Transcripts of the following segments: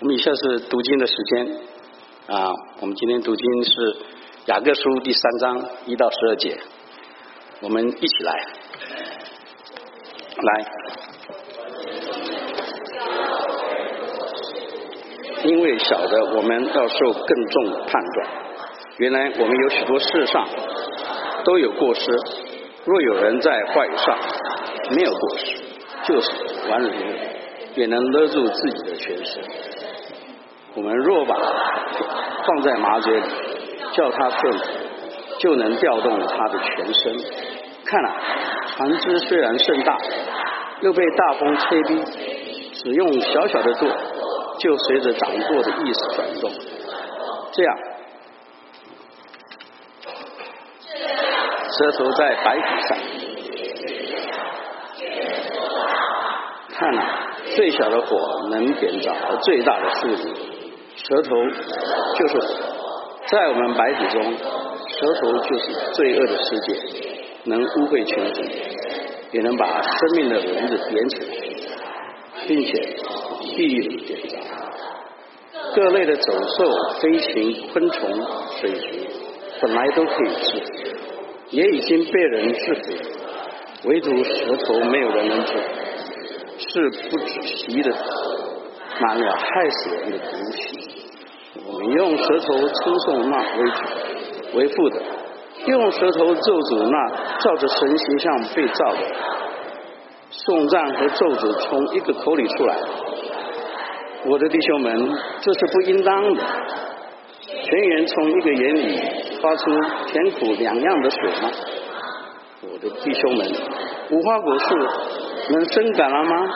我们以下是读经的时间啊，我们今天读经是雅各书第三章一到十二节，我们一起来，来，因为晓得我们要受更重判断，原来我们有许多事上都有过失，若有人在话语上没有过失，就是完人也能勒住自己的权势。我们若把放在麻嘴里，叫它顺服，就能调动它的全身。看啊，船只虽然甚大，又被大风吹逼，只用小小的舵，就随着掌舵的意思转动。这样，舌头在白骨上。看啊，最小的火能点着最大的树林。舌头就是在我们白体中，舌头就是罪恶的世界，能污秽全身，也能把生命的轮子点起来，并且地狱里点着。各类的走兽、飞禽、昆虫、水族，本来都可以制服，也已经被人制服，唯独舌头没有人能制服，是不止息的，满了害死人的毒气。我们用舌头称颂那为主为父的，用舌头咒诅那照着神形象被造的。颂赞和咒诅从一个口里出来。我的弟兄们，这是不应当的。泉源从一个眼里发出甜苦两样的水吗？我的弟兄们，无花果树能生橄榄吗？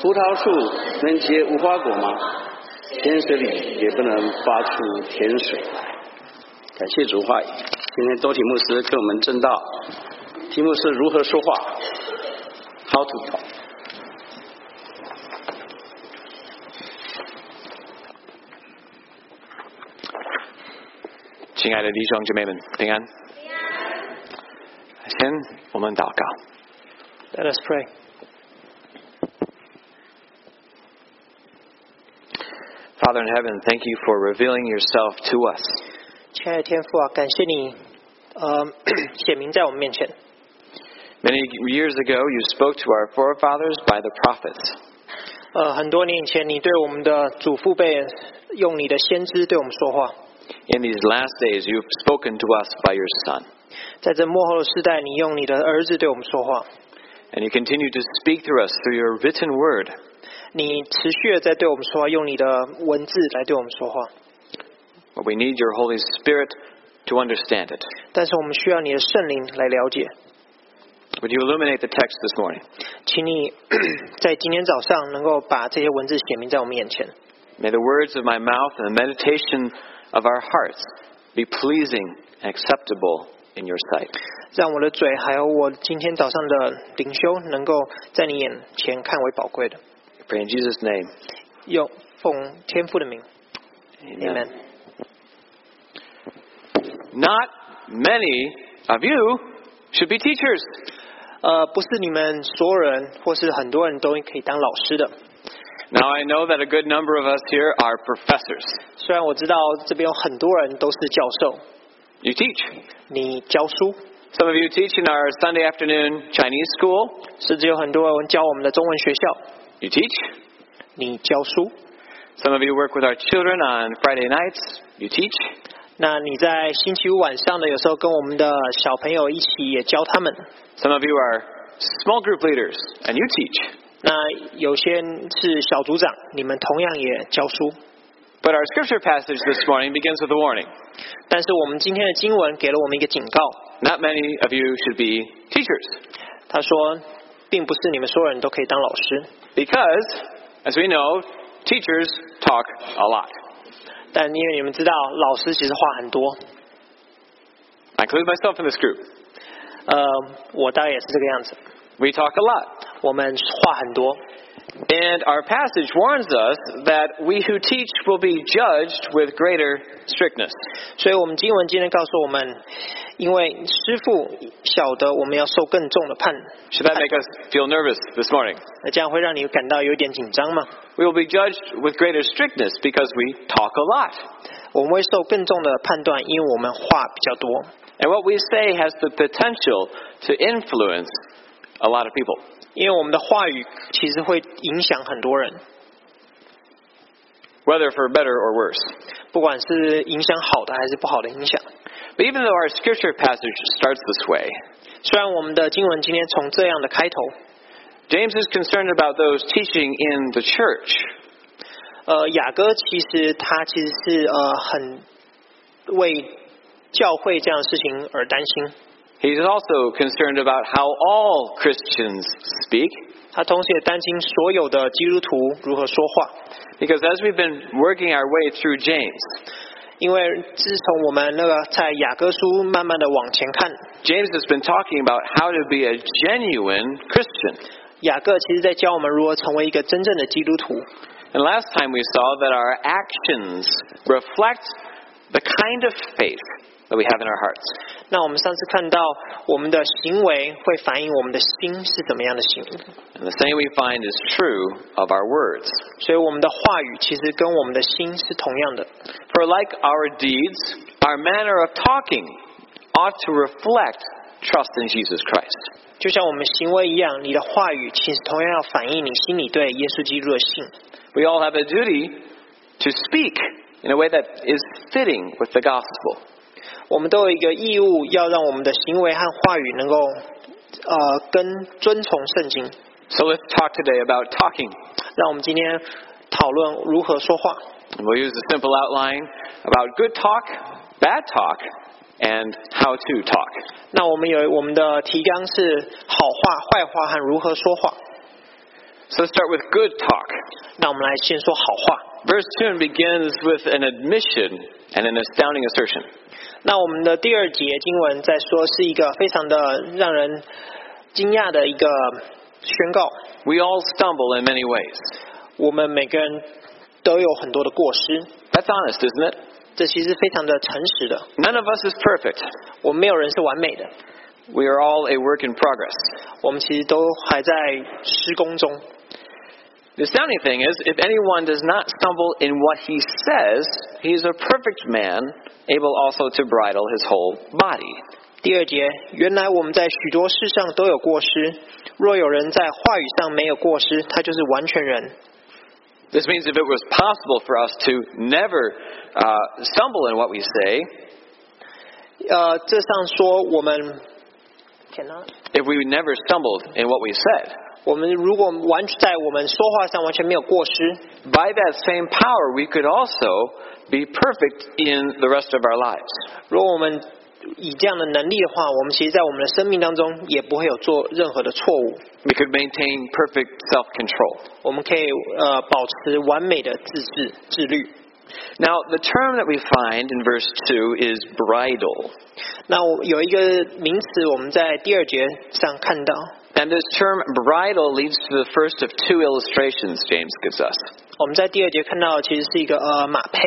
葡萄树能结无花果吗？天水里也不能发出甜水来。感谢主话，今天多提牧师跟我们正道，题目是如何说话，How to talk。亲爱的弟兄姐妹们，平安。先我们祷告， Let us pray. Father in heaven, thank you for revealing yourself to us. 亲爱的天父啊，感谢你，呃， 显明在我们面前。 Many years ago, you spoke to our forefathers by the prophets. 呃，很多年以前，你对我们的祖父辈用你的先知对我们说话， In these last days, you have spoken to us by your Son. 在这幕后的世代，你用你的儿子对我们说话， And you continue to speak through us through your written word. 你持续的在对我们说话，用你的文字来对我们说话。 But we need your Holy Spirit to understand it. 但是我们需要你的圣灵来了解， Would you illuminate the text this morning? 请你 在今天早上能够把这些文字显明在我们眼前， May the words of my mouth and the meditation of our hearts be pleasing and acceptable in your sight. 让我的嘴还有我今天早上的灵修能够在你眼前看为宝贵的。 We pray in Jesus' name. 用奉天父的名 Amen. ，Amen。 Not many of you should be teachers. 呃，不是你们所有人或是很多人都可以当老师的。 Now, I know that a good number of us here are professors. 虽然我知道这边有很多人都是教授， You teach. 你教书， Some of you teach in our Sunday afternoon Chinese school. 甚至有很多人教我们的中文学校， You teach. 你教书。 Some of you work with our children on Friday nights. You teach. 那你在星期五晚上呢，有时候跟我们的小朋友一起也教他们。 Some of you are small group leaders, and you teach. 那有些是小组长，你们同样也教书。 But our scripture passage this morning begins with a warning. 但是我们今天的经文给了我们一个警告， Not many of you should be teachers. 他说，并不是你们所有人都可以当老师。 Because, as we know, teachers talk a lot. 但因为你们知道，老师其实话很多， I include myself in this group. 呃，我大概也是这个样子。 We talk a lot. 我们话很多， And our passage warns us that we who teach will be judged with greater strictness. 所以我们经文今天告诉我们，因为师傅晓得我们要受更重的判， Should that make us feel nervous this morning? 那这样会让你感到有点紧张吗？ We will be judged with greater strictness because we talk a lot. 我们会受更重的判断，因为我们话比较多， And what we say has the potential to influence a lot of people. 因为我们的话语其实会影响很多人， whether for better or worse. 不管是影响好的还是不好的影响。 But even though our scripture passage starts this way, 虽然我们的经文今天从这样的开头， James is concerned about those teaching in the church. 呃，雅歌其实他其实是呃很为教会这样的事情而担心， He's also concerned about how all Christians speak, 他同时也担心所有的基督徒如何说话， because as we've been working our way through James, 因为自从我们那个在雅各书慢慢的往前看， James has been talking about how to be a genuine Christian. 雅各其实在教我们如何成为一个真正的基督徒。 And last time we saw that our actions reflect the kind of faith that we have in our hearts. 那我们上次看到，我们的行为会反映我们的心是怎么样的行为， And the same we find is true of our words. 所以我们的话语其实跟我们的心是同样的。 For like our deeds, our manner of talking ought to reflect trust in Jesus Christ. 就像我们行为一样，你的话语其实同样要反映你心里对耶稣基督的信。 We all have a duty to speak in a way that is fitting with the gospel. 我们都有一个义务，要让我们的行为和话语能够，呃，跟遵从圣经。 So let's talk today about talking. 让我们今天讨论如何说话。 And we'll use a simple outline about good talk, bad talk, and how to talk. 那我们有我们的提纲是好话、坏话和如何说话。 So let's start with good talk. 那我们来先说好话。 Verse 2 begins with an admission and an astounding assertion. 那我们的第二节经文在说是一个非常的让人惊讶的一个宣告。 We all stumble in many ways. 我们每个人都有很多的过失， That's honest, isn't it? 这其实非常的诚实的。 None of us is perfect. 我们没有人是完美的， We are all a work in progress. 我们其实都还在施工中。 The astounding thing is, if anyone does not stumble in what he says, he is a perfect man, able also to bridle his whole body. 第二节，原来我们在许多事上都有过失。若有人在话语上没有过失，他就是完全人。 This means if it was possible for us to never uh, stumble in what we say, 呃，这上说我们 cannot， if we never stumbled in what we said, 我们如果完在我们说话上完全没有过失， by that same power we could also be perfect in the rest of our lives. 如果我们以这样的能力的话，我们其实，在我们的生命当中也不会有做任何的错误。 We could maintain perfect self control. 我们可以呃保持完美的自制自律。 Now, the term that we find in verse 2 is bridle. 那我有一个名词，我们在第二节上看到， And this term bridle leads to the first of two illustrations James gives us. 我们在第二节看到，其实是一个呃马配。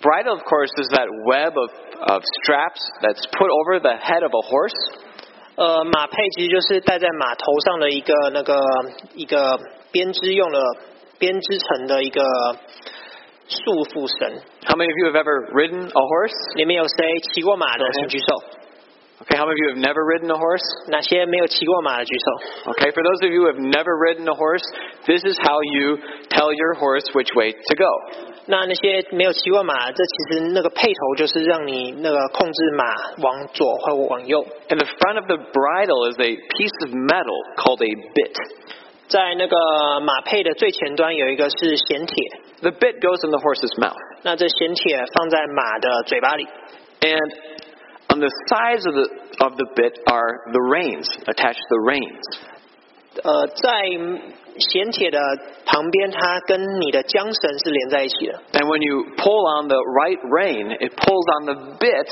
Bridle, of course, is that web of, of straps that's put over the head of a horse. 呃，马配其实就是戴在马头上的一个那个一个编织用的编织成的一个束缚绳。 How many of you have ever ridden a horse? 你们有谁骑过马的，请举手； Okay, how many of you have never ridden a horse? 哪些没有骑过马的，举手。 Okay, for those of you who have never ridden a horse, this is how you tell your horse which way to go. 那那些没有骑过马，这其实那个配头就是让你那个控制马往左或往右。 In the front of the bridle is a piece of metal called a bit. 在那个马配的最前端有一个是衔铁， The bit goes in the horse's mouth. 那这衔铁放在马的嘴巴里， And on the sides of the of the bit are the reins, attached to the reins. 呃，在衔铁的旁边，它跟你的缰绳是连在一起的。 And when you pull on the right rein, it pulls on the bit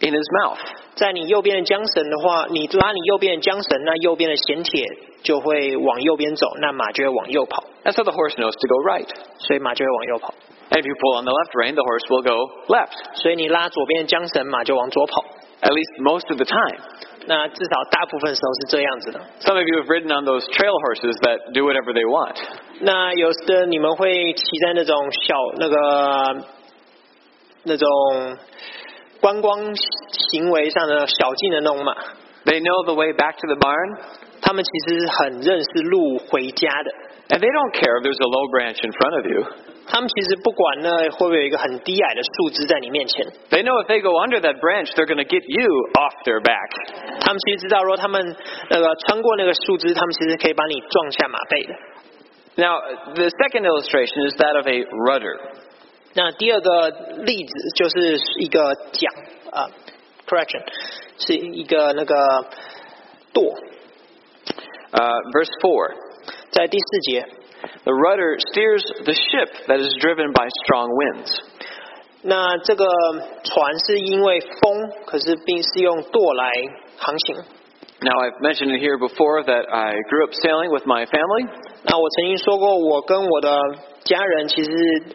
in his mouth. 在你右边的缰绳的话，你拉你右边的缰绳，那右边的弦铁就会往右边走，那马就会往右跑， And so the horse knows to go right. 所以马就会往右跑。 And if you pull on the left rein, the horse will go left, 所以你拉左边的缰绳，马就往左跑。 at least most of the time. 那至少大部分时候是这样子的。 Some of you have ridden on those trail horses that do whatever they want. 那有的你们会骑在那种小那个那种观光行为上的小径的那种马， They know the way back to the barn, 他们其实很认识路回家的。 and they don't care if there's a low branch in front of you. 他们其实不管呢会不会有一个很低矮的树枝在你面前， They know if they go under that branch, they're going to get you off their back. 他们其实知道，如果他们那个穿过那个树枝，他们其实可以把你撞下马背的。 Now, the second illustration is that of a rudder. 那第二个例子就是一个桨啊、c o r r e c t i o n 是一个那个舵， Uh, verse 4在第四节， The rudder steers the ship that is driven by strong winds. 那这个船是因为风，可是并是用舵来航行。 Now, I've mentioned here before that I grew up sailing with my family, 那我曾经说过，我跟我的家人，其实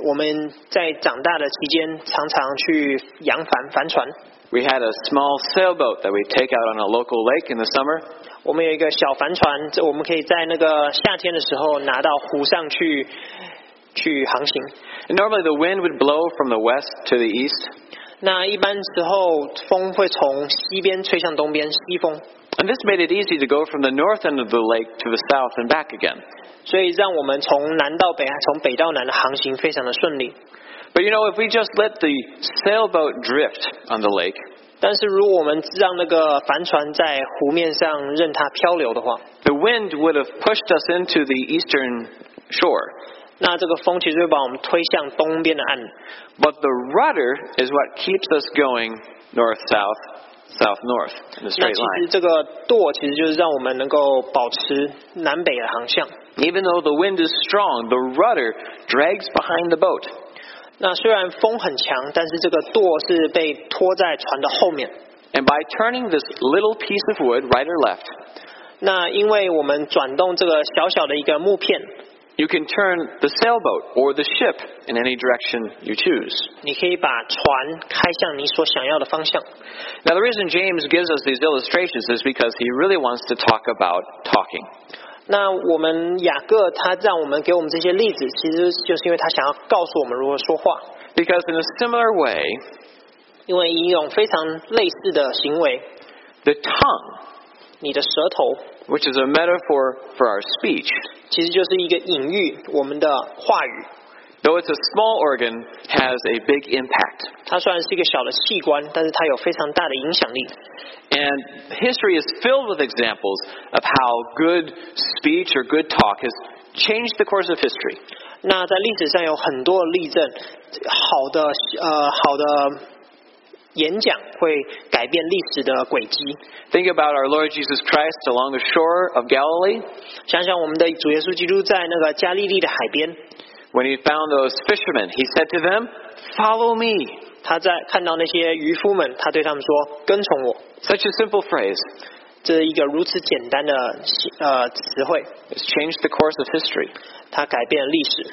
我们在长大的期间，常常去扬帆帆船。 We had a small sailboat that we take out on a local lake in the summer, 我们有一个小帆船，这我们可以在那个夏天的时候拿到湖上去去航行。 and normally the wind would blow from the west to the east. 那一般时候，风会从西边吹向东边，西风， And this made it easy to go from the north end of the lake to the south and back again. 所以让我们从南到北，从北到南的航行非常的顺利。 But you know, if we just let the sailboat drift on the lake, 但是如果我们让那个帆船在湖面上任它漂流的话， the wind would have pushed us into the eastern shore. 那这个风其实会把我们推向东边的岸。 But the rudder is what keeps us going north south, south north in a 那 straight 其实 line. 这个舵其实就是让我们能够保持南北的航向。 Even though the wind is strong, the rudder drags behind the boat. 那虽然风很强，但是这个舵是被拖在船的后面。 And by turning this little piece of wood right or left, 那因为我们转动这个小小的一个木片， you can turn the sailboat or the ship in any direction you choose. 你可以把船开向你所想要的方向。 Now, the reason James gives us these illustrations is because he really wants to talk about talking. 那我们雅各他让我们给我们这些例子，其实就是因为他想要告诉我们如何说话。 Because in a similar way, 因为以一种非常类似的行为， the tongue, 你的舌头 which is a metaphor for our speech, 其实就是一个隐喻，我们的话语。 though it's a small organ, has a big impact. 它虽然是一个小的器官，但是它有非常大的影响力。 And history is filled with examples of how good speech or good talk has changed the course of history. 那在历史上有很多例证，好的呃好的演讲会改变历史的轨迹。 Think about our Lord Jesus Christ along the shore of Galilee 想想我们的主耶稣基督在那个加利利的海边， when he found those fishermen. He said to them, Follow me. 他在看到那些渔夫们，他对他们说：“跟从我。 Such a simple phrase ”这是一个如此简单的呃词汇， has changed the course of history. 它改变了历史。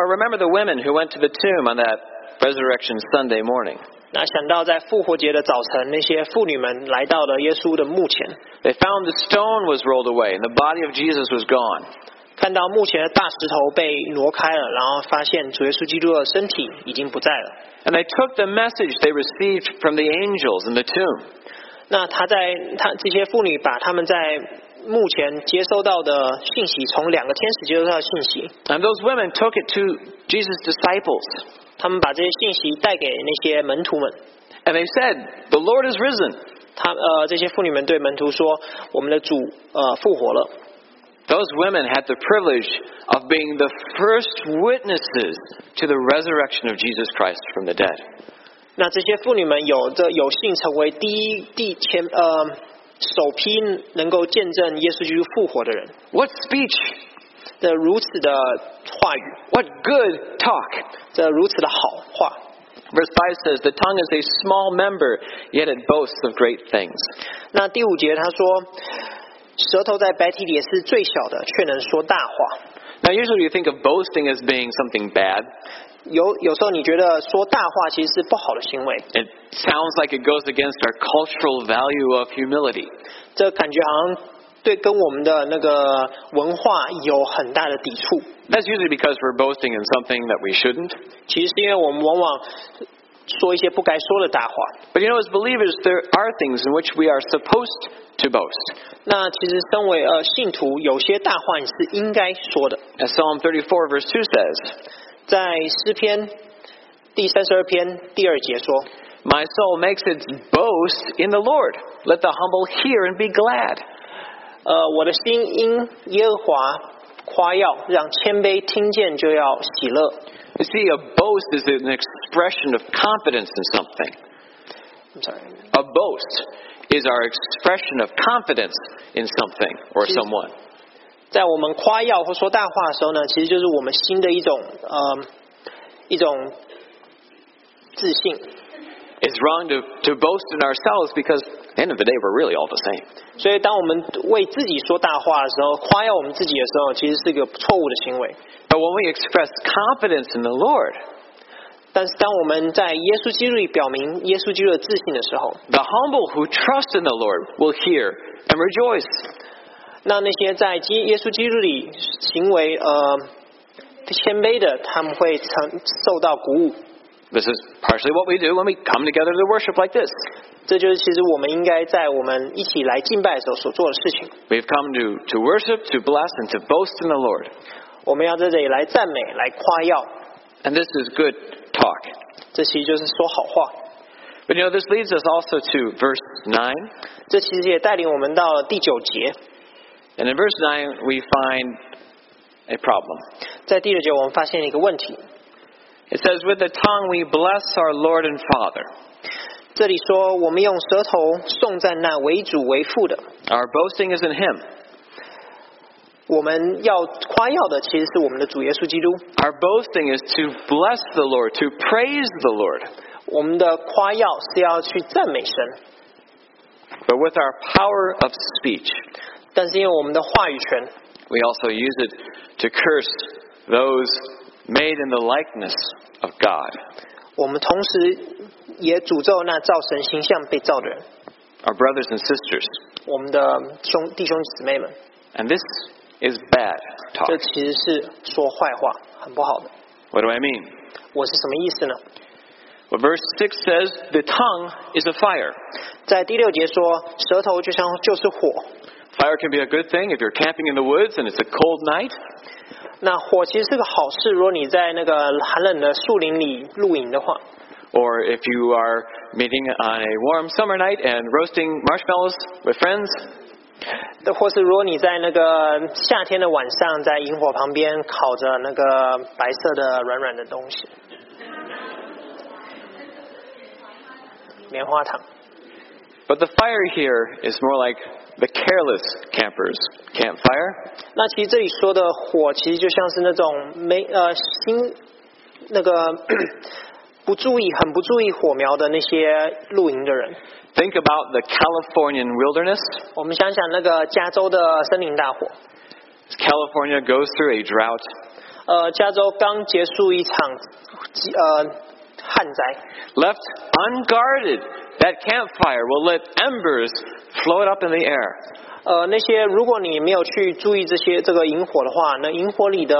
Or remember the women who went to the tomb on that resurrection Sunday morning. 那想到在复活节的早晨，那些妇女们来到了耶稣的墓前， They found the stone was rolled away and the body of Jesus was gone. 看到墓前的大石头被挪开了，然后发现主耶稣基督的身体已经不在了。 And they took the message they received from the angels in the tomb. 那他在他这些妇女把他们在墓前接收到的信息，从两个天使接收到的信息， And those women took it to Jesus' disciples. 他们把这些信息带给那些门徒们。 And they said, The Lord is risen. 他呃，这些妇女们对门徒说：“我们的主呃复活了。 Those women had the privilege of being the first witnesses to the resurrection of Jesus Christ from the dead. ”那这些妇女们有着有幸成为第一第前呃首批能够见证耶稣基督复活的人 What speech! 的如此的话语， What good talk! 这如此的好话。 Verse 5 says, The tongue is a small member, yet it boasts of great things. 那第五节他说，舌头在白体里也是最小的，却能说大话。 Now, usually you think of boasting as being something bad. 有有时候你觉得说大话其实是不好的行为， It sounds like it goes against our cultural value of humility. 这感觉好像对跟我们的那个文化有很大的抵触。 That's usually because we're boasting in something that we shouldn't. 其实是因为我们往往说一些不该说的大话。 But you know, as believers, there are things in which we are supposed to boast. 那其实身为呃信徒，有些大话你是应该说的。 As Psalm 34, verse 2 says, 在诗篇第三十二篇第二节说 My soul makes its boast in the Lord. Let the humble hear and be glad.：“ 呃，我的心因耶和华夸耀，让谦卑听见就要喜乐。 You see, a boast is an expression of confidence in something. I'm sorry. A boast is our expression of confidence in something or someone. ”在我们夸耀或说大话的时候呢，其实就是我们心的一种呃一种自信。 It's wrong to, to boast in ourselves because, at the end of the day, we're really all the same. 所以，当我们为自己说大话的时候，夸耀我们自己的时候，其实是一个错误的行为。 But when we express confidence in the Lord, 但是，当我们在耶稣基督里表明耶稣基督的自信的时候， the humble who trust in the Lord will hear and rejoice. 那那些在基耶稣基督里行为呃谦卑的，他们会承受到鼓舞。 This is partially what we do when we come together to worship like this. 这就是其实我们应该在我们一起来敬拜的时候所做的事情。 We've come to, to worship, to bless, and to boast in the Lord. 我们要在这里来赞美、来夸耀， And this is good talk. 这其实就是说好话。 But you know, this leads us also to verse 9. 这其实也带领我们到了第九节， And in verse 9, we find a problem. 在第九节我们发现了一个问题， It says, With the tongue we bless our Lord and Father. 这里说我们用舌头颂赞那为主为父的， Our boasting is in Him. 我们要夸耀的其实是我们的主耶稣基督， Our boasting is to bless the Lord, to praise the Lord. 我们的夸耀是要去赞美神， But with our power of speech, 但是因为我们的话语权， we also use it to curse those made in the likeness of God. 我们同时也诅咒那造神形象被造的人， Our brothers and sisters. 我们的兄弟兄姊妹们， And this is bad talk. 这其实是说坏话，很不好的。 What do I mean? 我是什么意思呢？ Well, verse 6 says, The tongue is a fire. 在第六节说，舌头就像就是火， Fire can be a good thing if you're camping in the woods and it's a cold night. 那火其实是个好事，如果你在那个寒冷的树林里露营的话， Or if you are meeting on a warm summer night and roasting marshmallows with friends, 或是如果你在那个夏天的晚上在萤火旁边烤着那个白色的软软的东西，棉花糖。 But the fire here is more like the careless camper's campfire. 那其实这里说的火，其实就像是那种没呃心那个 不注意、很不注意火苗的那些露营的人。 Think about the Californian wilderness. 我们想想那个加州的森林大火， California goes through a drought. 呃，加州刚结束一场呃旱灾， Left unguarded, that campfire will let embers float up in the air. 呃，那些如果你没有去注意这些这个引火的话，那引火里的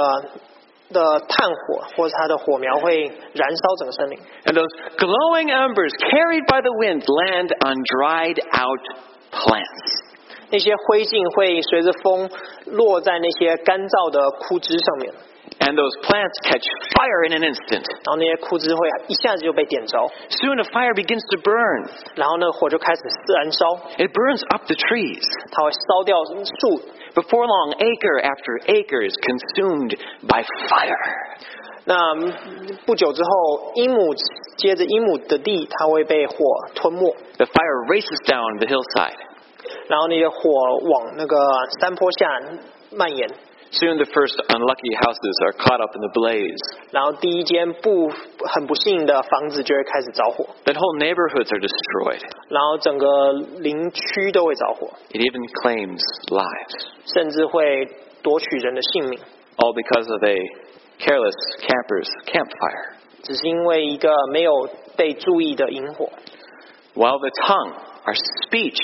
的炭火或者它的火苗会燃烧整个森林， And those glowing embers carried by the wind land on dried out plants. 那些灰烬会随着风落在那些干燥的枯枝上面， And those plants catch fire in an instant. 然后那些枯枝会一下子就被点着， Soon a fire begins to burn. 然后那个火就开始燃烧， It burns up the trees. 它会烧掉树， Before long, acre after acre is consumed by fire. 那嗯不久之后，一亩接着一亩的地，它会被火吞没， The fire races down the hillside. 然后那些火往那个山坡下蔓延。 Soon the first unlucky houses are caught up in the blaze. 然后第一间不很不幸的房子就会开始着火， Then whole neighborhoods are destroyed. 然后整个邻区都会着火， It even claims lives. 甚至会夺取人的性命， All because of a careless camper's campfire. 只是因为一个没有被注意的引火。 While the tongue, our speech,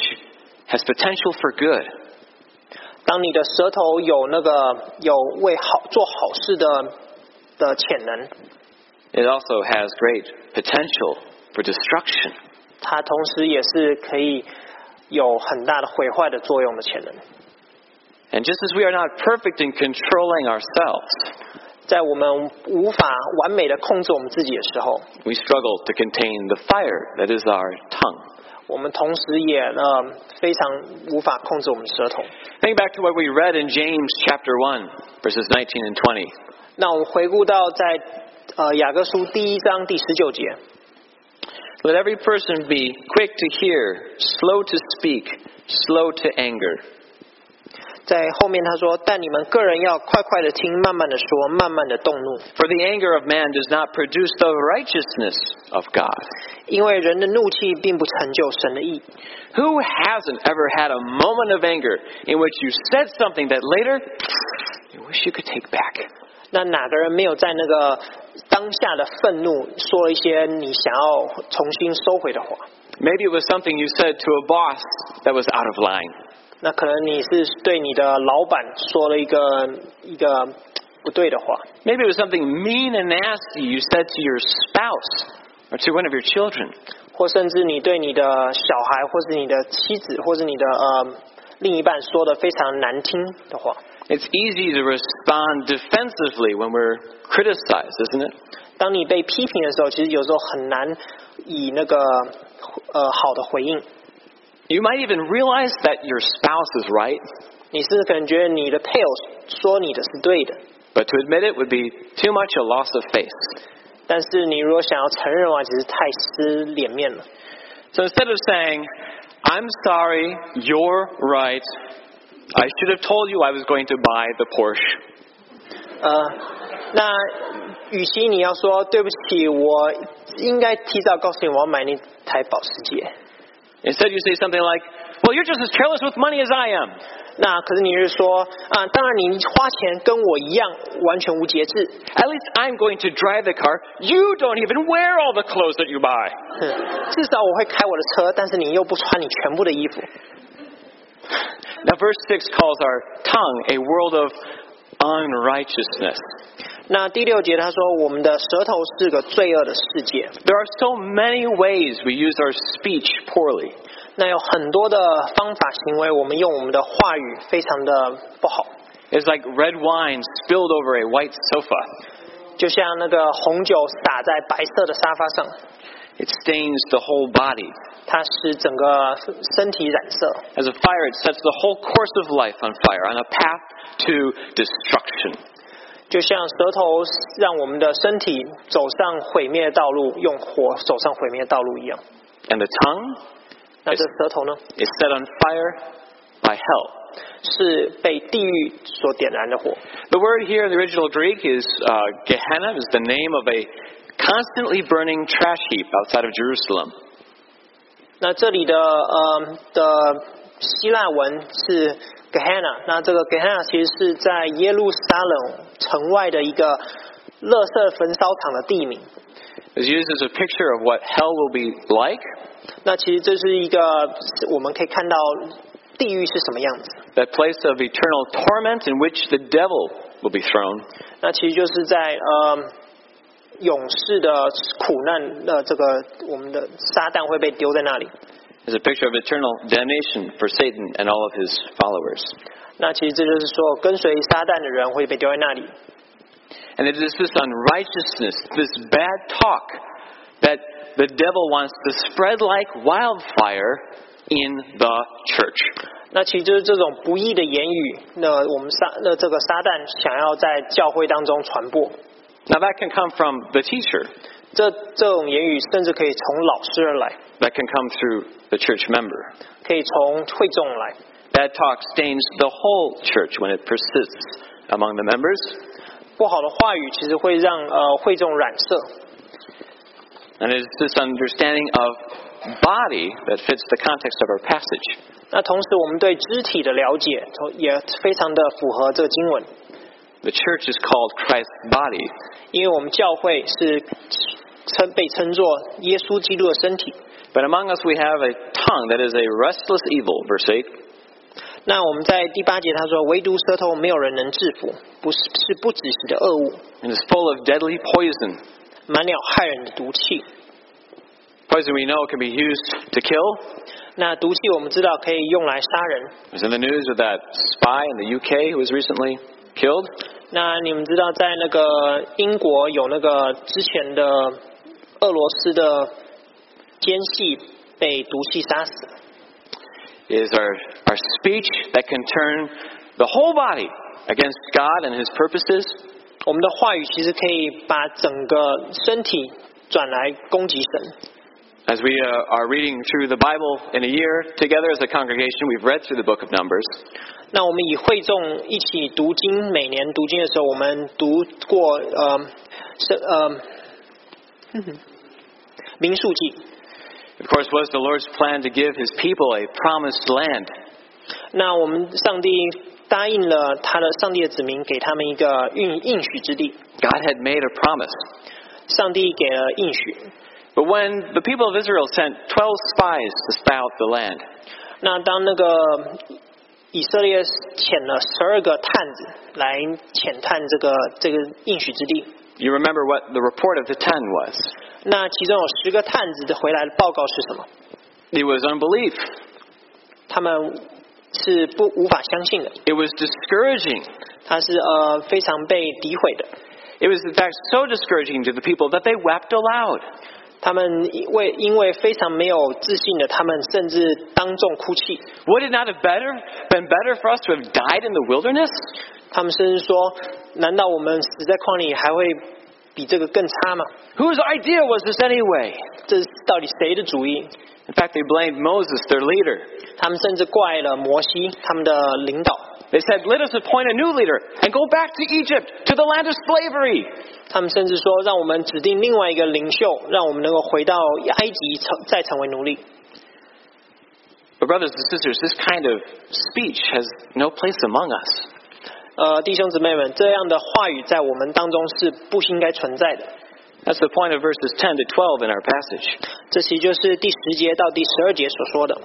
has potential for good, 当你的舌头有那个有为好做好事的的潜能， it also has great potential for destruction. 它同时也是可以有很大的毁坏的作用的潜能。 And just as we are not perfect in controlling ourselves, 在我们无法完美的控制我们自己的时候， we struggle to contain the fire that is our tongue. 我们同时也呃非常无法控制我们的舌头。 Think back to what we read in James chapter 1, verses 19 and 20. 那我们回顾到在呃雅各书第一章第十九节， Let every person be quick to hear, slow to speak, slow to anger. 在后面他说：“但你们个人要快快的听，慢慢的说，慢慢的动怒， For the anger of man does not produce the righteousness of God. 因为人的怒气并不成就神的意。 Who hasn't ever had a moment of anger in which you said something that later you wish you could take back? 那哪个人没有在那个当下的愤怒说一些你想要重新收回的话？ Maybe it was something you said to a boss that was out of line. 那可能你是对你的老板说了一个一个不对的话， Maybe it was something mean and nasty you said to your spouse or to one of your children. 或甚至你对你的小孩，或是你的妻子，或是你的呃另一半说的非常难听的话。 It's easy to respond defensively when we're criticized, isn't it? 当你被批评的时候，其实有时候很难以那个呃好的回应。 You might even realize that your spouse is right, 你是可能觉得你的配偶说你的是对的， but to admit it would be too much a loss of faith. 但是你如果想要承认的话，其实太失脸面了。 So instead of saying, I'm sorry, you're right, I should have told you I was going to buy the Porsche, 呃，那与其你要说对不起，我应该提早告诉你我要买那台保时捷。 instead you say something like, Well, you're just as careless with money as I am. 那可是你是说啊，当然你花钱跟我一样完全无节制， At least I'm going to drive the car. You don't even wear all the clothes that you buy. 哼至少我会开我的车，但是你又不穿你全部的衣服。 Now, verse 6 calls our tongue a world of unrighteousness. 那第六节他说，我们的舌头是个罪恶的世界， There are so many ways we use our speech poorly. 那有很多的方法行为，我们用我们的话语非常的不好， It's like red wine spilled over a white sofa. 就像那个红酒洒在白色的沙发上， It stains the whole body. 它使整个身体染色。 As a fire, it sets the whole course of life on fire, on a path to destruction. 就像舌头让我们的身体走上毁灭的道路，用火走上毁灭的道路一样。 And the tongue 那这舌头呢， is set on fire by hell. 是被地狱所点燃的火。 The word here in the original Greek is uh, Gehenna, is the name of a constantly burning trash heap outside of Jerusalem. 那这里的呃的希腊文是 Gehenna，那这个 Gehenna 其实是在耶路撒冷城外的一个垃圾焚烧厂的地名。 It's used as a picture of what hell will be like. 那其实这是一个我们可以看到地狱是什么样子。 that place of eternal torment in which the devil will be thrown. 那其实就是在呃勇士的苦难的这个我们的撒旦会被丢在那里。 is a picture of eternal damnation for Satan and all of his followers. 那其实这就是说，跟随撒旦的人会被丢在那里。 And it is this unrighteousness, this bad talk, that the devil wants to spread like wildfire in the church. 那其实就是这种不义的言语，那我们撒那这个撒旦想要在教会当中传播， Now, that can come from the teacher, 这这种言语甚至可以从老师而来， that can come through the church member. 可以从会众来。 Bad talk stains the whole church when it persists among the members. 不好的话语其实会让呃会众染色。 And it is this understanding of body that fits the context of our passage. 那同时，我们对肢体的了解，同也非常的符合这经文， The church is called Christ's body, 因为我们教会是称被称作耶稣基督的身体。 but among us we have a tongue that is a restless evil, verse 8. 那我们在第八节他说，唯独舌头没有人能制服，不是是不止息的恶物， and is full of deadly poison. 满了害人的毒气。 Poison we know can be used to kill. 那毒气我们知道可以用来杀人。 It was in the news with that spy in the UK who was recently killed. 那你们知道，在那个英国有那个之前的俄罗斯的奸细被毒气杀死， It is our, our speech that can turn the whole body against God and His purposes. 我们的话语其实可以把整个身体转来攻击神。 As we uh, are reading through the Bible in a year together as a congregation, we've read through the book of Numbers. 那我们以会众一起读经，每年读经的时候，我们读过呃是呃嗯 民数记。 Of course, was the Lord's plan to give His people a promised land. 那我们上帝答应了他的上帝的子民，给他们一个应应许之地。 God had made a promise. 上帝给了应许， But when the people of Israel sent 12 spies to spy out the land, 那当那个以色列遣了十二个探子来浅探这个这个应许之地， You remember what the report of the ten was. 那其中有十个探子的回来的报告是什么？ It was unbelief. 他们是不无法相信的， It was discouraging. 他是呃非常被诋毁的。 It was, in fact, so discouraging to the people that they wept aloud. 他们因为因为非常没有自信的，他们甚至当众哭泣。 Would it not have better, been better for us to have died in the wilderness? 他们甚至说：“难道我们死在旷野还会比这个更差吗？ Whose idea was this anyway? 这是到底谁的主意？” In fact, they blamed Moses, their leader. 他们甚至怪了摩西，他们的领导。 They said, Let us appoint a new leader and go back to Egypt, to the land of slavery. 他们甚至说，让我们指定另外一个领袖，让我们能够回到埃及成再成为奴隶。 But, brothers and sisters, this kind of speech has no place among us. 呃，弟兄姊妹们，这样的话语在我们当中是不应该存在的。 That's the point of verses 10 to 12 in our passage. 这其实就是第十节到第十二节所说的。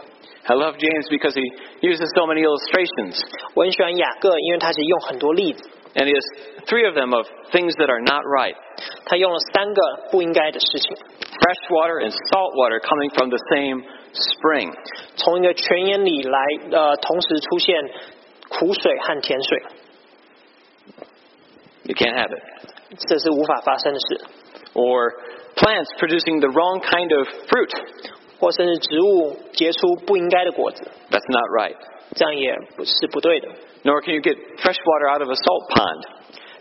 I love James because he uses so many illustrations, 我很喜欢雅各，因为他是用很多例子， and he has three of them of things that are not right 他用了三个不应该的事情： fresh water and salt water coming from the same spring. 从一个泉眼里来，呃，同时出现苦水和甜水， You can't have it. 这是无法发生的事； Or plants producing the wrong kind of fruit. 或甚至植物结出不应该的果子， That's not right. 这样也不是不对的。 Nor can you get fresh water out of a salt pond.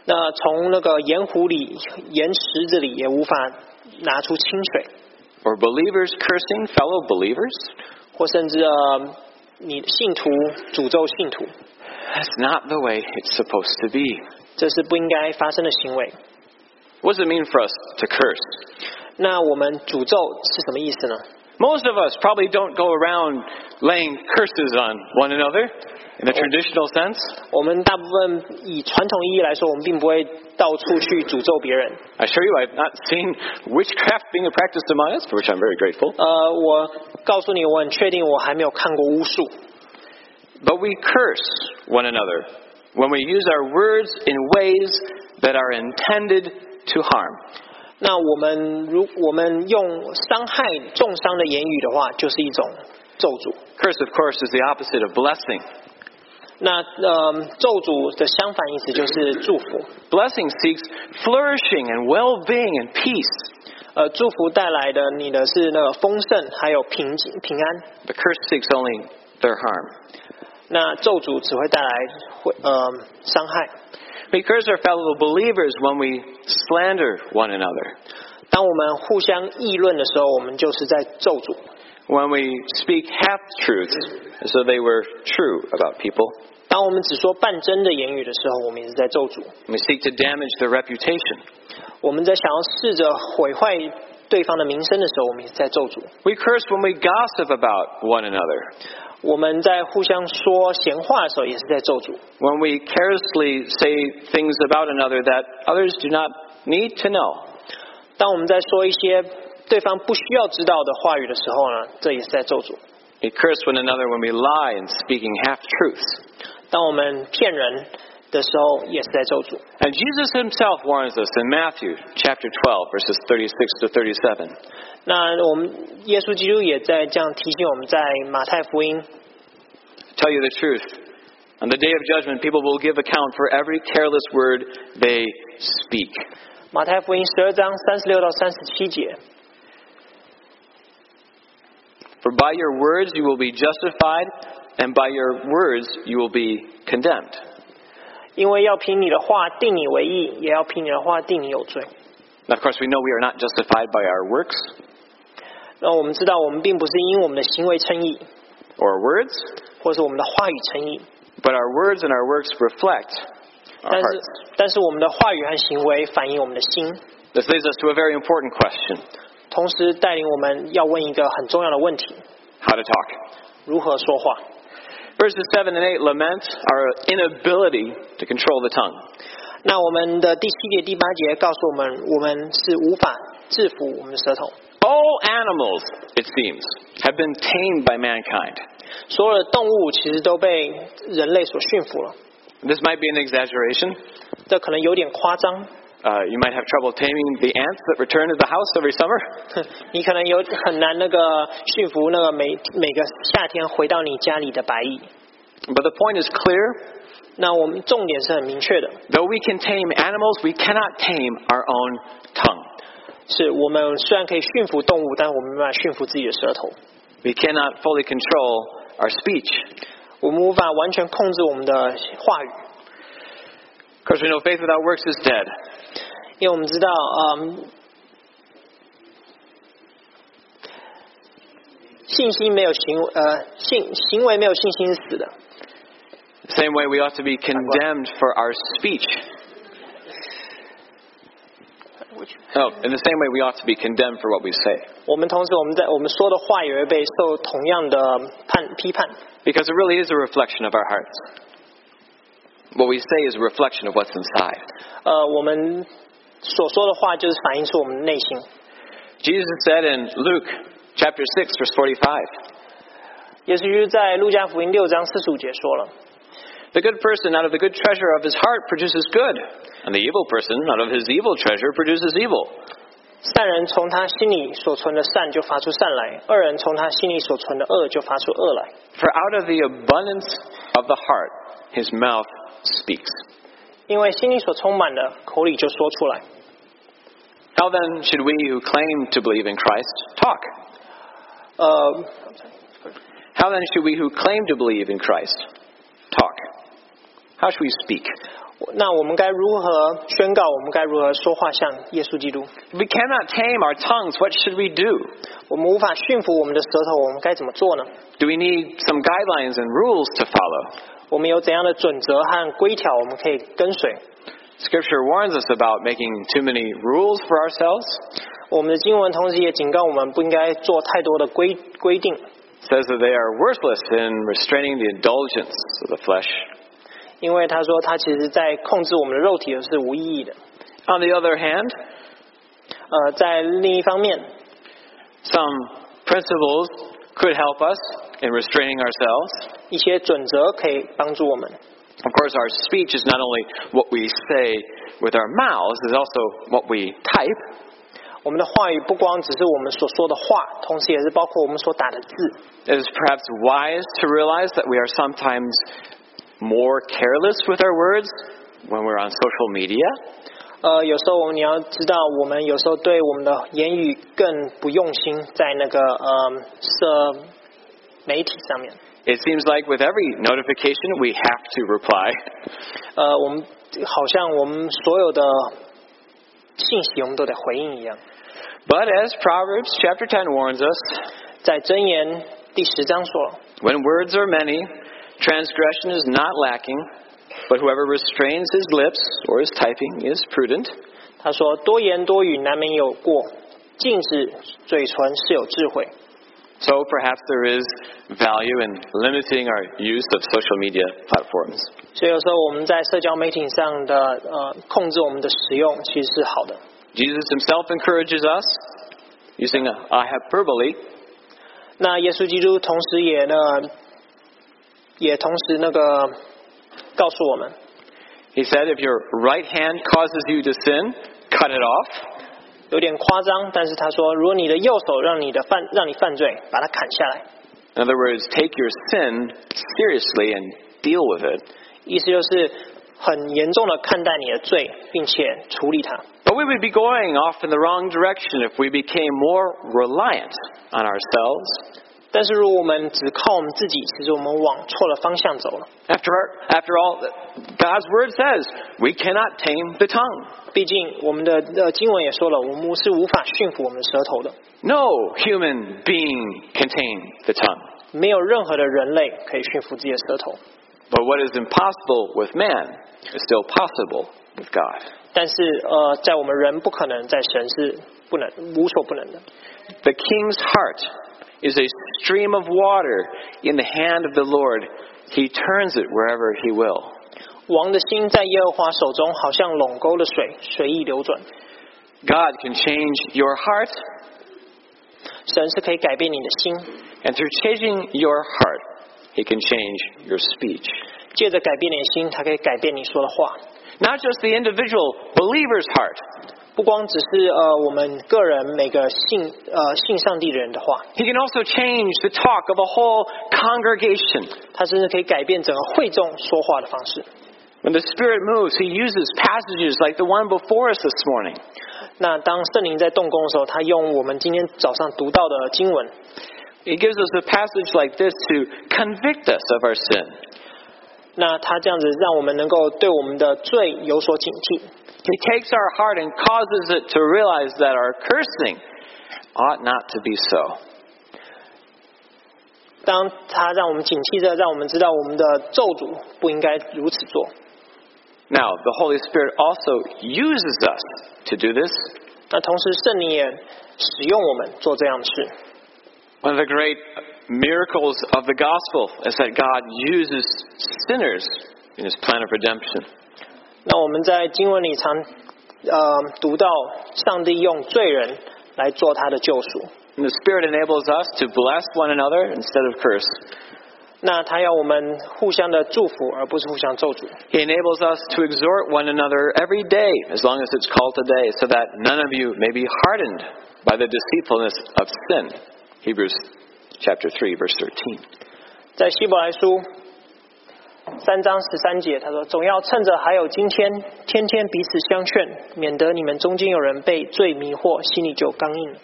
那从那个盐湖里、盐池子里也无法拿出清水， Or believers cursing fellow believers. 或甚至呃，你信徒诅咒信徒， That's not the way it's supposed to be. 这是不应该发生的行为。 What does it mean for us to curse? 那我们诅咒是什么意思呢？ Most of us probably don't go around laying curses on one another in the traditional sense. 我们大部分以传统意义来说，我们并不会到处去诅咒别人。 I assure you, I've not seen witchcraft being practiced among us, for which I'm very grateful. 呃，我告诉你，我很确定我还没有看过巫术。 But we curse one another when we use our words in ways that are intended to harm. 那我们如我们用伤害、重伤的言语的话，就是一种咒诅。 Curse, of course, is the opposite of blessing. 那呃，咒诅的相反意思就是祝福。 Blessing seeks flourishing and well being and peace. 呃，祝福带来的你的是那个丰盛，还有平平安。 The curse seeks only their harm. 那咒诅只会带来会呃伤害。 We curse our fellow believers when we slander one another. 当我们互相议论的时候，我们就是在咒诅。 when we speak half truths as though they were true about people. 当我们只说半真的言语的时候，我们也是在咒诅； We seek to damage their reputation. 我们在想要试着毁坏对方的名声的时候，我们也是在咒诅； We curse when we gossip about one another, 我们在互相说闲话的时候，也是在咒诅； when we carelessly say things about another that others do not need to know. 当我们在说一些对方不需要知道的话语的时候呢，这也是在咒诅； We curse one another when we lie and speaking half truths. 当我们骗人的时候，也是在咒诅。 And Jesus himself warns us in Matthew chapter 12 verses 36 to 37. 那我们耶稣基督也在这样提醒我们在马太福音 Tell you the truth, on the day of judgment people will give account for every careless word they speak. 马太福音十二章三十六到三十七节， For by your words you will be justified and by your words you will be condemned. 因为要凭你的话定你为义，也要凭你的话定你有罪。 Now, of course, we know we are not justified by our works 那我们知道，我们并不是因我们的行为称义， or our words, 或是我们的话语称义， but our words and our works reflect 但 our 是 hearts. 但是我们的话语和行为反映我们的心， This leads us to a very important question 同时带领我们要问一个很重要的问题： how to talk. 如何说话？ Verses 7 and 8 lament our inability to control the tongue. 那我们的第七节、第八节告诉我们，我们是无法制服我们的舌头。 All animals, it seems, have been tamed by mankind. 所有的动物其实都被人类所驯服了， This might be an exaggeration. 这可能有点夸张。 Uh, you might have trouble taming the ants that return to the house every summer. 你可能有很难那个驯服那个每每个夏天回到你家里的白蚁。 But the point is clear. 那我们重点是很明确的， Though we can tame animals, we cannot tame our own tongue. 是我们虽然可以驯服动物，但我们没办法驯服自己的舌头， We cannot fully control our speech. 我们无法完全控制我们的话语， Of course, we know faith without works is dead. 因为我们知道，嗯，信心没有行呃信行为没有信心是死的， The same way we ought to be condemned for our speech. No, in the same way we ought to be condemned for what we say. 我们同时我们在我们说的话也会被受同样的判批判， Because it really is a reflection of our hearts. What we say is a reflection of what's inside. 呃，我们所说的话就是反映出我们的内心。 Jesus said in Luke chapter 6 verse 45, 耶稣基督在路加福音六章四十五节说了： "The good person out of the good treasure of his heart produces good, and the evil person out of his evil treasure produces evil." 善人从他心里所存的善就发出善来，恶人从他心里所存的恶就发出恶来。 For out of the abundance of the heart his mouth speaks. 因为心里所充满的，口里就说出来。 How then should we who claim to believe in Christ talk? 呃， How then should we who claim to believe in Christ talk? How should we speak? 那我们该如何宣告？我们该如何说话像耶稣基督？ If we cannot tame our tongues, what should we do? 我们无法驯服我们的舌头，我们该怎么做呢？ Do we need some guidelines and rules to follow? 我们有怎样的准则和规条，我们可以跟随？ Scripture warns us about making too many rules for ourselves. 我们的经文同时也警告我们，不应该做太多的规规定， It says that they are worthless in restraining the indulgence of the flesh. 因为他说他其实在控制我们的肉体是无意义的。 On the other hand, 呃，在另一方面， some principles could help us in restraining ourselves. 一些准则可以帮助我们。 Of course, our speech is not only what we say with our mouths, it's also what we type. 我们的话语不光只是我们所说的话，同时也是包括我们所打的字。 It is perhaps wise to realize that we are sometimes more careless with our words when we're on social media 呃，有时候我们你要知道，我们有时候对我们的言语更不用心，在那个呃社媒体上面， It seems like with every notification we have to reply. 呃，我们好像我们所有的信息我们都得回应一样。 But as Proverbs chapter 10 warns us, 在箴言第十章说了， when words are many, Transgression is not lacking, but whoever restrains his lips or his typing is prudent. 他说：“多言多语难免有过，禁止嘴唇是有智慧。 So perhaps there is value in limiting our use of social media platforms. ”所以有时候我们在社交媒体上的呃控制我们的使用其实是好的。 Jesus himself encourages us using a hyperbole 那耶稣基督同时也呢，也同时那个告诉我们， He said, If your right hand causes you to sin, cut it off. 有点夸张，但是他说，如果你的右手让你的犯让你犯罪，把它砍下来， In other words, take your sin seriously and deal with it. 意思就是很严重的看待你的罪，并且处理它。 But we would be going off in the wrong direction if we became more reliant on ourselves. 但是如果我们只靠我们自己，其实我们往错了方向走了。 After, our, after all, God's word says we cannot tame the tongue. 毕竟我们的呃经文也说了，我们是无法驯服我们的舌头的， No human being can tame the tongue. 没有任何的人类可以驯服自己的舌头。 But what is impossible with man is still possible with God. 但是呃，在我们人不可能，在神是不能无所不能的。 The king's heart is a stream of water in the hand of the Lord. He turns it wherever he will. 王的心在耶和华手中，好像垄沟的水，随意流转。 God can change your heart, 神是可以改变你的心， and through changing your heart, he can change your speech. 借着改变你的心，他可以改变你说的话。 Not just the individual believer's heart. 不光只是呃我们个人每个信呃信上帝的人的话， He can also change the talk of a whole congregation. 他甚至可以改变整个会众说话的方式。 When the Spirit moves, He uses passages like the one before us this morning. 那当圣灵在动工的时候，他用我们今天早上读到的经文， He gives us a passage like this to convict us of our sin. 那他这样子让我们能够对我们的罪有所警惕。 He takes our heart and causes it to realize that our cursing ought not to be so. 当他让我们警惕着，让我们知道我们的咒诅不应该如此做。 Now, the Holy Spirit also uses us to do this. 那同时，圣灵也使用我们做这样的事。 One of the great miracles of the gospel is that God uses sinners in his plan of redemption. 那我们在经文里常呃读到，上帝用罪人来做他的救赎。 And the Spirit enables us to bless one another instead of curse. 那他要我们互相的祝福，而不是互相咒诅。 He enables us to exhort one another every day, as long as it's called today, so that none of you may be hardened by the deceitfulness of sin. Hebrews chapter 3, verse 13. 在希伯来书三章十三节，他说：“总要趁着还有今天，天天彼此相劝，免得你们中间有人被罪迷惑，心里就刚硬了。”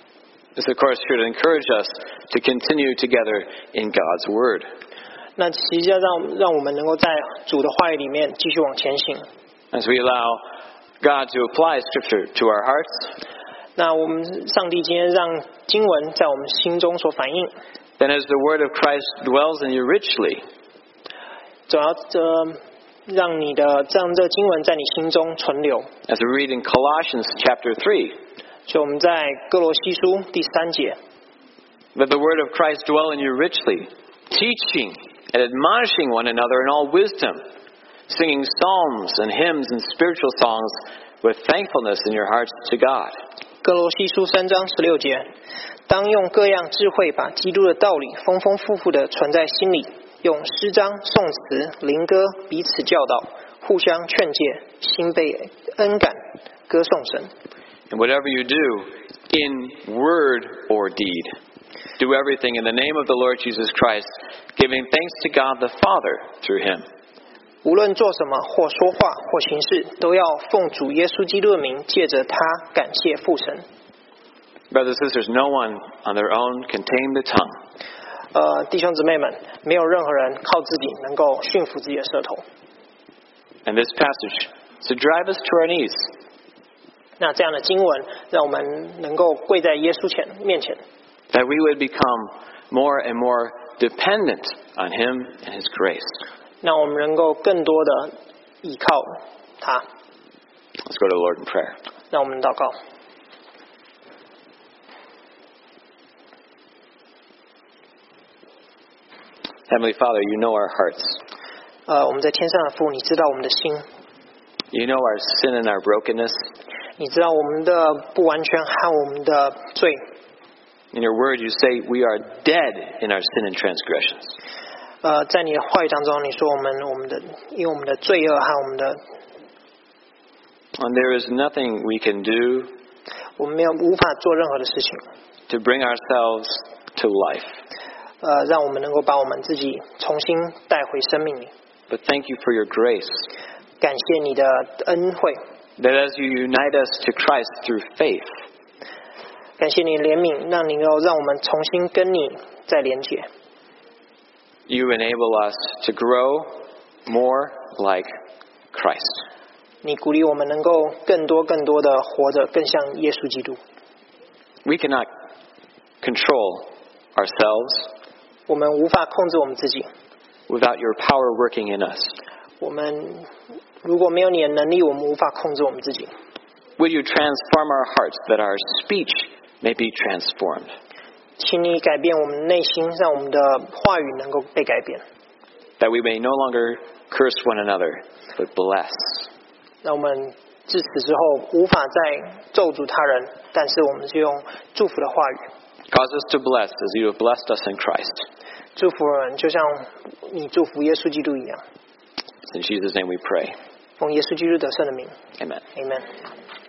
This, of course, should encourage us to continue together in God's Word. 那其实要让让我们能够在主的话语里面继续往前行。 As we allow God to apply Scripture to our hearts, 那我们上帝今天让经文在我们心中所反映， then as the Word of Christ dwells in you richly, 总要呃让你的让这经文在你心中存留。 as we read in Colossians chapter 3, 所以我们在哥罗西书第三节， Let the word of Christ dwell in you richly, teaching and admonishing one another in all wisdom, singing psalms and hymns and spiritual songs with thankfulness in your hearts to God. 哥罗西书三章十六节，当用各样智慧把基督的道理丰丰富富的存在心里，用诗章、颂词、灵歌彼此教导，互相劝诫，心被恩感，歌颂神。 And whatever you do, in word or deed, do everything in the name of the Lord Jesus Christ, giving thanks to God the Father through him. 无论做什么或说话或行事，都要奉主耶稣基督的名，借着他感谢父神。 Brothers and sisters, no one on their own can tame the tongue. 呃，弟兄姊妹们，没有任何人靠自己能够驯服自己的舌头。 And this passage is to drive us to our knees 那这样的经文，让我们能够跪在耶稣前面前， that we would become more and more dependent on Him and His grace. 让我们能够更多的依靠他。 Let's go to the Lord in prayer. 让我们祷告， Heavenly Father, you know our hearts. 呃，我们在天上的父，你知道我们的心， You know our sin and our brokenness. 你知道我们的不完全和我们的罪。 In your word, you say we are dead in our sin and transgressions. 呃，在你的话语当中，你说我们我们的因为我们的罪恶和我们的， And there is nothing we can do 我们没有无法做任何的事情， to bring ourselves to life. 呃，让我们能够把我们自己重新带回生命里。 But thank you for your grace 感谢你的恩惠， that as you unite us to Christ through faith, 感谢你的怜悯，让你能够让我们重新跟你再连接。 you enable us to grow more like Christ. 你鼓励我们能够更多更多的活着，更像耶稣基督。 We cannot control ourselves 我们无法控制我们自己， without your power working in us. 我们如果没有你的能力，我们无法控制我们自己。 Will you transform our hearts that our speech may be transformed? 请你改变我们内心，让我们的话语能够被改变， that we may no longer curse one another, but bless. 让我们自此之后无法再咒诅他人，但是我们就用祝福的话语 Cause us to bless as you have blessed us in Christ. 祝福人，就像你祝福耶稣基督一样。 It's in Jesus' name we pray. 奉耶稣基督得胜的名 Amen. ，Amen。